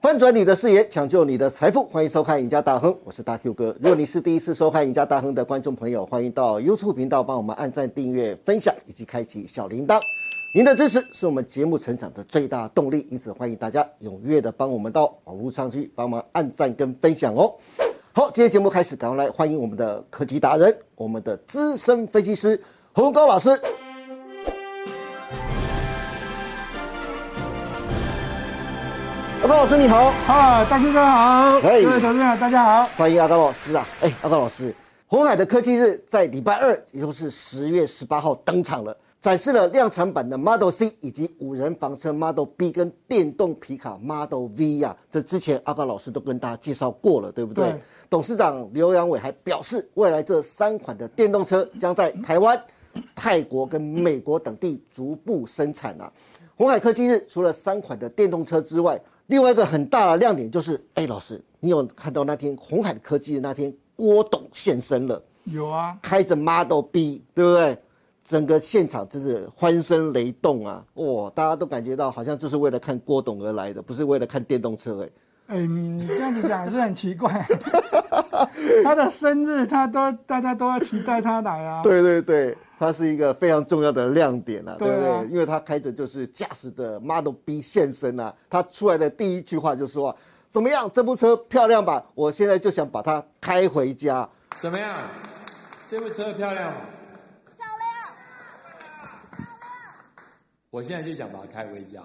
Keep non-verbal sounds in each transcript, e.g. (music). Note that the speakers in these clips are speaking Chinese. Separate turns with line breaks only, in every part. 翻转你的视野，抢救你的财富，欢迎收看《赢家大亨》，我是大 Q 哥。如果你是第一次收看《赢家大亨》的观众朋友，欢迎到 YouTube 频道帮我们按赞、订阅、分享以及开启小铃铛。您的支持是我们节目成长的最大动力，因此欢迎大家踊跃的帮我们到网络上去帮忙按赞跟分享哦。好，今天节目开始，赶快来欢迎我们的科技达人，我们的资深分析师洪高老师。阿高老师你好，
啊，大哥哥好，各
哎
位投资者大家好。
欢迎阿高老师啊！哎，阿高老师，红海的科技日在礼拜二，也就是十月十八号登场了，展示了量产版的 Model C 以及五人房车 Model B 跟电动皮卡 Model V 呀、啊。这之前阿高老师都跟大家介绍过了，对不对？
对
董事长刘阳伟还表示，未来这三款的电动车将在台湾、泰国跟美国等地逐步生产啊。红海科技日除了三款的电动车之外，另外一个很大的亮点就是，哎，老师，你有看到那天红海科技日那天郭董现身了，
有啊，
开着 Model B，对不对？整个现场真是欢声雷动啊！哇，大家都感觉到好像就是为了看郭董而来的，不是为了看电动车哎、
嗯，你这样子讲也是很奇怪、
(laughs)
他的生日，他都大家都要期待他来啊。
对对对，它是一个非常重要的亮点啊，对
对
不
啊
对？因为它开着就是驾驶的 Model B 现身啊，它出来的第一句话就说、啊：“怎么样，这部车漂亮吧？我现在就想把它开回家。
怎么样？这部车漂亮吗？漂亮。我现在就想把它开回家。”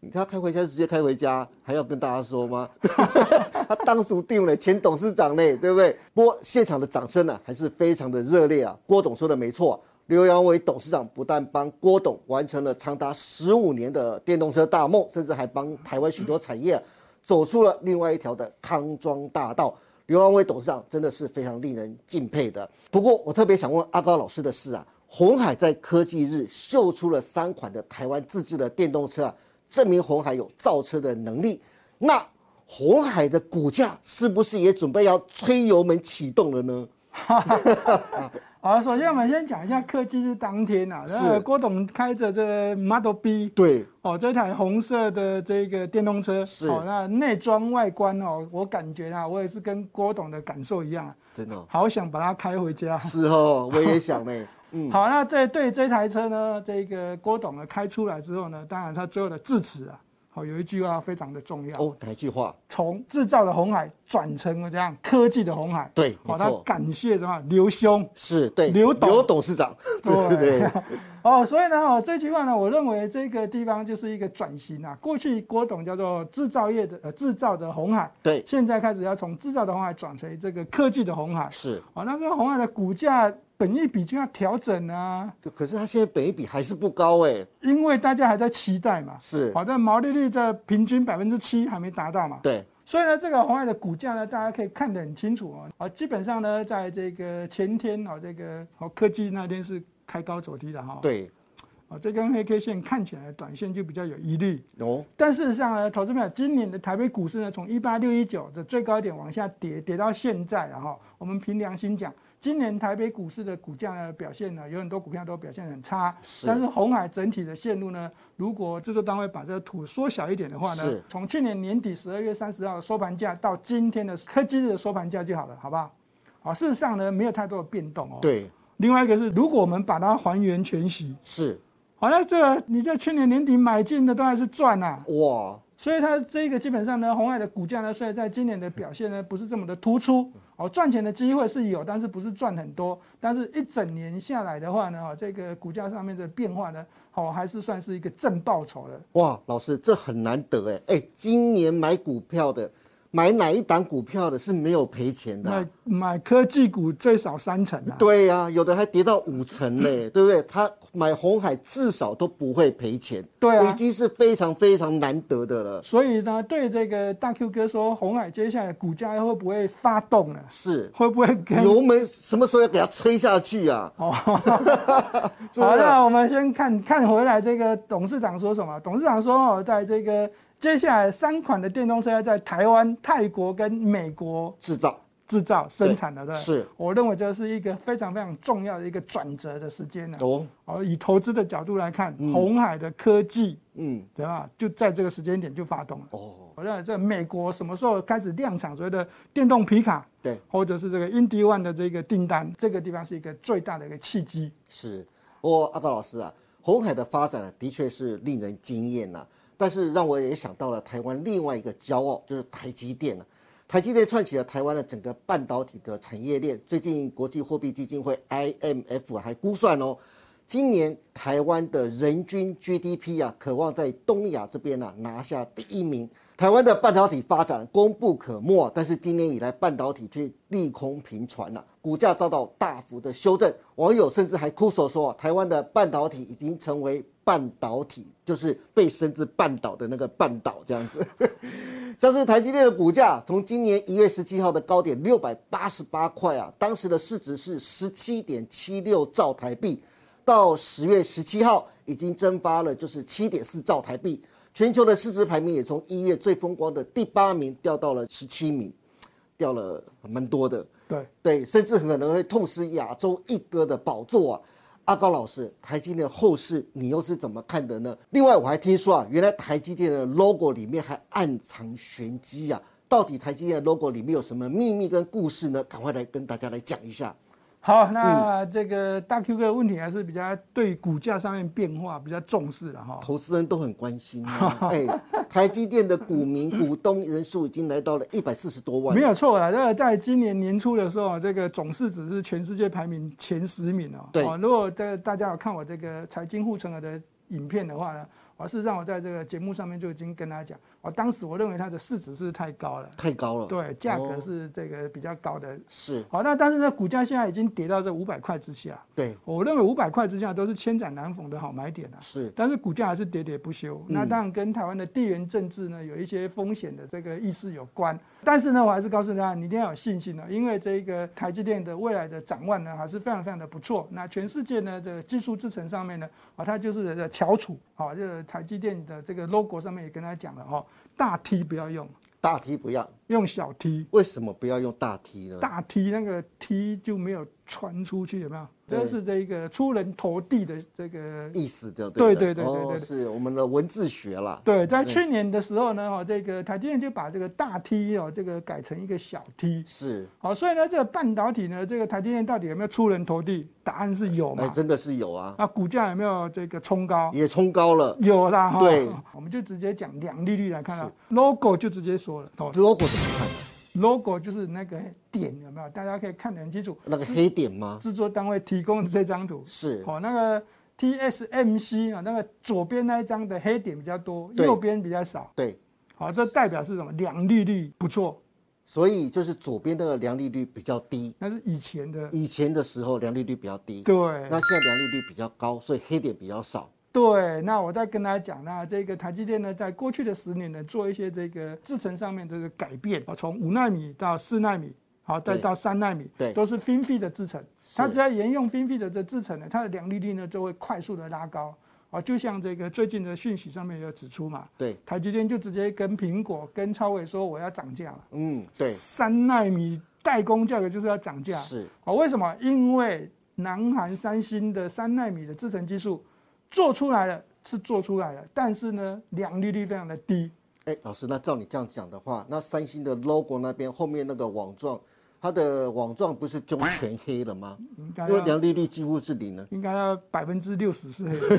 你看他开回家就直接开回家，还要跟大家说吗？ (laughs) 他当属定了前董事长嘞，对不对？不过现场的掌声呢、啊还是非常的热烈啊。郭董说的没错，刘阳伟董事长不但帮郭董完成了长达十五年的电动车大梦，甚至还帮台湾许多产业、啊、走出了另外一条的康庄大道。刘安威董事长真的是非常令人敬佩的。不过，我特别想问阿高老师的是啊，红海在科技日秀出了三款的台湾自制的电动车啊，证明红海有造车的能力。那红海的股价是不是也准备要吹油门启动了呢？
好，首先我们先讲一下客机是当天啊，然
是
后郭董开着这个 Model B。
对，
哦，这台红色的这个电动车，
是
哦，那内装外观哦，我感觉啊，我也是跟郭董的感受一样啊，
真的哦、
好想把它开回家。
是哦，我也想呢、 (laughs) 嗯，
好，那这对这台车呢，这个郭董呢开出来之后呢，当然他最后的致辞啊，好、有一句话非常的重要，
哦，哪一句话？
从制造的红海转成了这样科技的红海。
对
好、
没
他
错
感谢什么刘兄。
是对
刘董
刘董事长，对对对，
哦，所以呢，哦，这句话呢，我认为这个地方就是一个转型啊。过去郭董叫做制造业的呃制造的红海，
对
现在开始要从制造的红海转成这个科技的红海。
是。
哦，那这个红海的股价本益比就要调整啊。
可是他现在本益比还是不高哎、
因为大家还在期待嘛，
是
好的毛利率的平均百分之七还没达到嘛，，
对，
所以呢，这个红海的股价呢，大家可以看得很清楚哦，啊，基本上呢，在这个前天哦，这个哦科技那天是开高走低的哈、哦，，
对，
哦，这根黑 K 线看起来短线就比较有疑虑，
哦，
但事实上呢，投资朋友，今年的台北股市呢，从一八六一九的最高点往下跌，跌到现在了哈。我们凭良心讲，今年台北股市的股价呢表现呢，有很多股票都表现得很差。
是
但是红海整体的线路呢，如果制作单位把这个图缩小一点的话呢
是，
从去年年底十二月三十号的收盘价到今天的科技日的收盘价就好了，好不好？好，事实上呢，没有太多的变动哦。。
对，
另外一个是，如果我们把它还原全息，
是，
好了，那这个你在去年年底买进的都还是赚啊。
哇，
所以它这个基本上呢，红海的股价呢，虽然在今年的表现呢不是这么的突出，哦，赚钱的机会是有，但是不是赚很多，但是一整年下来的话呢，哦，这个股价上面的变化呢，哦，还是算是一个正报酬的。
哇，老师这很难得哎，哎，今年买股票的，买哪一档股票的是没有赔钱的啊、
买买科技股最少三成啊，
对呀、有的还跌到五成
(clears throat)
嘞，对不对？他买红海至少都不会赔钱，
对啊
已经是非常非常难得的了。
所以呢，对这个大 Q 哥说，红海接下来股价会不会发动呢？
是，
会不会跟
油门什么时候要给它吹下去啊？ (laughs)
哦，
是不啊
好，
是
那我们先看看回来这个董事长说什么。董事长说哦，在这个接下来三款的电动车要在台湾、泰国跟美国
制造
制造生产的，对不对
是
我认为这是一个非常非常重要的一个转折的时间呢、
哦，
哦，以投资的角度来看，红海的科技，
嗯，
对吧？就在这个时间点就发动了。
哦，
我认为这美国什么时候开始量产所谓的电动皮卡，
对，
或者是这个 Indy One 的这个订单，这个地方是一个最大的一个契机。
是，不过阿高老师啊，红海的发展呢、的确是令人惊艳呐、但是让我也想到了台湾另外一个骄傲，就是台积电啊。台积电串起了台湾的整个半导体的产业链。最近国际货币基金会 IMF 还估算哦，今年台湾的人均 GDP 啊，渴望在东亚这边呢、啊拿下第一名。台湾的半导体发展功不可没，但是今年以来半导体却利空频传呐、股价遭到大幅的修正。网友甚至还哭诉说啊，台湾的半导体已经成为半导体，就是被绳子绊倒的那个绊倒这样子。像是台积电的股价，从今年一月十七号的高点六百八十八块啊，当时的市值是十七点七六兆台币，到十月十七号已经蒸发了就是七点四兆台币。全球的市值排名也从一月最风光的第八名掉到了十七名，掉了蛮多的。
对，
对，甚至很可能会痛失亚洲一哥的宝座啊！阿高老师，台积电的后市你又是怎么看的呢？另外，我还听说啊，原来台积电的 logo 里面还暗藏玄机啊！到底台积电的 logo 里面有什么秘密跟故事呢？赶快来跟大家来讲一下。
好，那
嗯
这个大 Q 哥的问题还是比较对股价上面变化比较重视了哈。
投资人都很关心、啊，哎，台积电的股民股东人数已经来到了一百四十多万了，
没有错啦，这个在今年年初的时候，这个总市值是全世界排名前十名哦。
对
哦如果这大家有看我这个财经护城河的影片的话呢，我事实上我在这个节目上面就已经跟大家讲，我当时我认为它的市值是太高了，
太高了。
对，价格
哦
是这个比较高的。
是，
好，那但是呢，股价现在已经跌到这五百块之下，
对，
我认为五百块之下都是千载难逢的好买点啊。
是
但是股价还是喋喋不休。那当然跟台湾的地缘政治呢有一些风险的这个意识有关。但是呢，我还是告诉大家，你一定要有信心哦，因为这个台积电的未来的展望呢还是非常非常的不错。那全世界呢的技术制程上面呢，啊，它就是的翘楚，啊，这个台积电的这个 logo 上面也跟大家讲了哦，大 T 不要用，
大 T 不要，
用小 T。
为什么不要用大 T 呢？
大 T 那个 T 就没有传出去，有没有？
对
这是这个出人头地的这个
意思的，
对
不
对对对对
哦
对
是我们的文字学啦。嗯
对，在去年的时候呢，哦，这个台积电就把这个大 T 哦，这个改成一个小 T。
是，
好，所以呢，这个半导体呢，这个台积电到底有没有出人头地？答案是有
哎，
嘛？
真的是有啊，
那股价有没有这个冲高？
也冲高了。
有啦，哈。
对
我们就直接讲两利率来看啊，logo 就直接说了，哦
logo 怎么看？
，logo 就是那个点有没有？大家可以看得很清楚，
那个黑点吗？
制作单位提供的这张图，
是，
哦，那个 TSMC 啊，那个左边那一张的黑点比较多，
对
右边比较少。
对，
好，这代表是什么？两利率不错，
所以就是左边那个良率率比较低，
那是以前的。
以前的时候良率率比较低，
对
那现在良率率比较高，所以黑点比较少。
对，那我再跟大家讲，那这个台积电呢，在过去的十年呢，做一些这个制程上面的改变，啊，从五纳米到四纳米，好，再
对
到三纳米，
对
都是 FinFET 的制程。
是
它只要沿用 FinFET 的这制程呢，它的良率率呢就会快速的拉高。啊，就像这个最近的讯息上面有指出嘛，
对，
台积电就直接跟苹果、跟超伟说我要涨价了，
嗯，对，
三纳米代工价格就是要涨价。
是，
哦，为什么？因为南韩三星的三纳米的制程技术做出来了，是做出来了，但是呢，良率率非常的低。
哎，老师，那照你这样讲的话，那三星的 logo 那边后面那个网状，它的网状不是就全黑了吗？
应该
因为
要
良率率几乎是零了，
应该要百分之六十是黑的，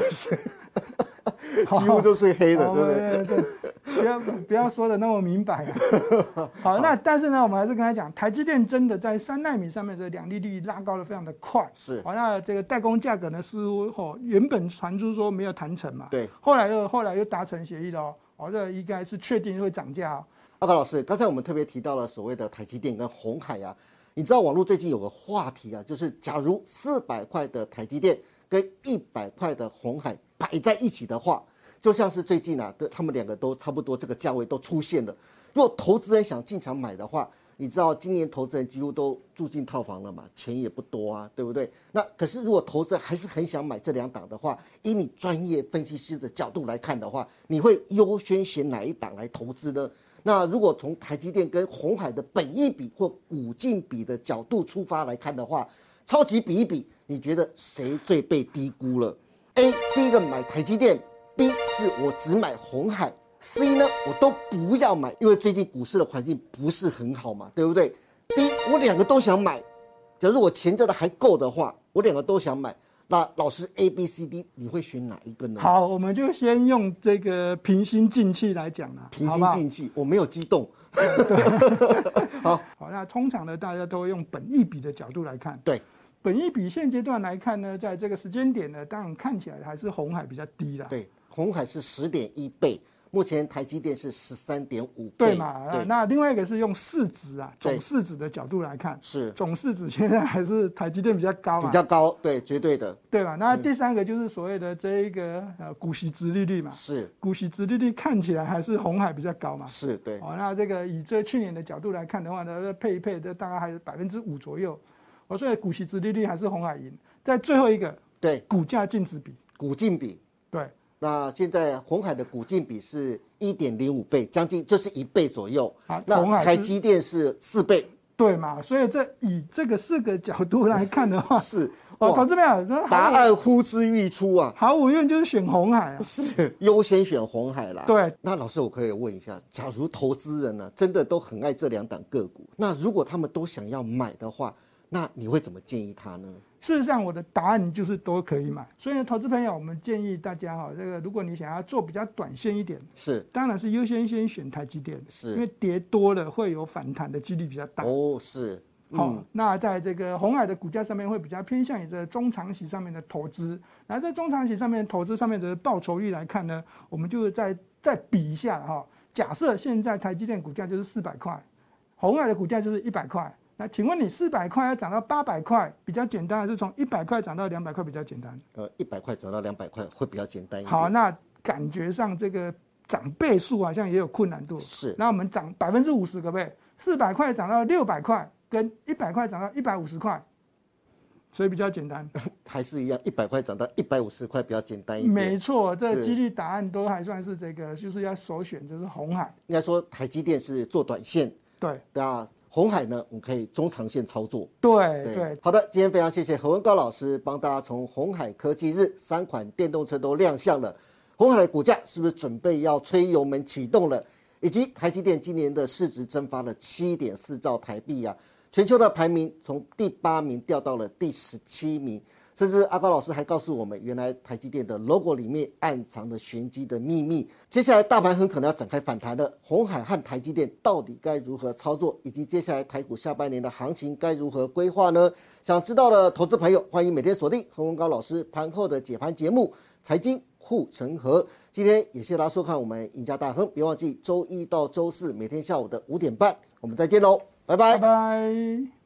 (laughs)
(laughs)
几乎都是黑的，对不对？
哦对对对，不要不要说的那么明白
(laughs)
啊。好，那但是呢，我们还是跟他讲，台积电真的在三纳米上面的良率率拉高的非常的快。
是
好，那这个代工价格呢，似乎哦原本传出说没有谈成嘛，
对，
后来又后来又达成协议了哦，哦，这应该是确定会涨价哦。
阿高老师，刚才我们特别提到了所谓的台积电跟红海啊，你知道网络最近有个话题啊，就是假如四百块的台积电跟一百块的红海摆在一起的话，就像是最近啊，对他们两个都差不多这个价位都出现了。如果投资人想进场买的话，你知道今年投资人几乎都住进套房了嘛，钱也不多啊，对不对？那可是如果投资人还是很想买这两档的话，以你专业分析师的角度来看的话，你会优先选哪一档来投资呢？那如果从台积电跟红海的本益比或股净比的角度出发来看的话，超级比一比，你觉得谁最被低估了？A 第一个买台积电，B 是我只买红海 C 呢，我都不要买，因为最近股市的环境不是很好嘛，对不对？第一，我两个都想买，假如我钱挣的还够的话，我两个都想买。那老师 A、B、C、D，你会选哪一个呢？，
好，我们就先用这个平心静气来讲啦，
平
好
心
不好
静气，我没有激动。
好，那通常呢，大家都会用本益比的角度来看。
对，
本益比现阶段来看呢，在这个时间点呢，当然看起来还是红海比较低啦。
对，红海是十点一倍，目前台积电是十三点五倍。
对嘛？呃
对，
那另外一个是用市值啊，
对
总市值的角度来看，
是
总市值现在还是台积电比较高啊
比
嘛，
较高，对，绝对的
对吧？那第三个就是所谓的这一个呃股息殖利率嘛，
是
股息殖利率看起来还是红海比较高嘛。
是，对，
哦，那这个以这去年的角度来看的话呢，配一配，这大概还是百分之五左右。我所以股息殖利率还是红海赢。在最后一个
对，
股价净值比，
股净比。
对，
那现在红海的股净比是一点零五倍，将近就是一倍左右
啊。
那
鸿海是
台积电是四倍，
对嘛？所以这以这个四个角度来看的
(laughs)
话，
是
哦，投
哇，
资朋友，那
答
毫无
案呼之欲出啊，
毫无疑问就是选红海啊。
是优先选红海啦。
对，
那老师，我可以问一下，假如投资人呢、真的都很爱这两档个股，那如果他们都想要买的话，那你会怎么建议他呢？
事实上，我的答案就是都可以买。所以呢，投资朋友，我们建议大家哈、这个如果你想要做比较短线一点，
是
当然是优先先选台积电，
是
因为跌多了会有反弹的几率比较大。
哦，是
好、那在这个红海的股价上面会比较偏向于这中长期上面的投资，然后在中长期上面投资上面的报酬率来看呢，我们就再再比一下哈、假设现在台积电股价就是四百块，红海的股价就是一百块，那请问你四百块要涨到八百块比较简单，还是从一百块涨到两百块比较简单？
呃，一百块转到两百块会比较简单一点。
好，那感觉上这个涨倍数好像也有困难度。
是
那我们涨百分之五十，可不可以？四百块涨到六百块，跟一百块涨到一百五十块，所以比较简单。
还是一样，一百块涨到一百五十块比较简 (laughs) 单一点。
没错，这
是
几率答案都还算是这个，就是要首选就是红海。
应该说台积电是做短线，
对
那红海呢，我们可以中长线操作。
对对，
好的，今天非常谢谢何文高老师帮大家从红海科技日三款电动车都亮相了，红海的股价是不是准备要吹油门启动了？以及台积电今年的市值蒸发了七点四兆台币啊，全球的排名从第八名掉到了第十七名，甚至阿高老师还告诉我们，原来台积电的 logo 里面暗藏的玄机的秘密。接下来大盘很可能要展开反弹了，红海和台积电到底该如何操作，以及接下来台股下半年的行情该如何规划呢？想知道的投资朋友，欢迎每天锁定何文高老师盘后的解盘节目《财经护城河》。今天也谢谢大家收看我们赢家大亨，别忘记周一到周四每天下午的五点半，我们再见喽，拜拜
拜拜。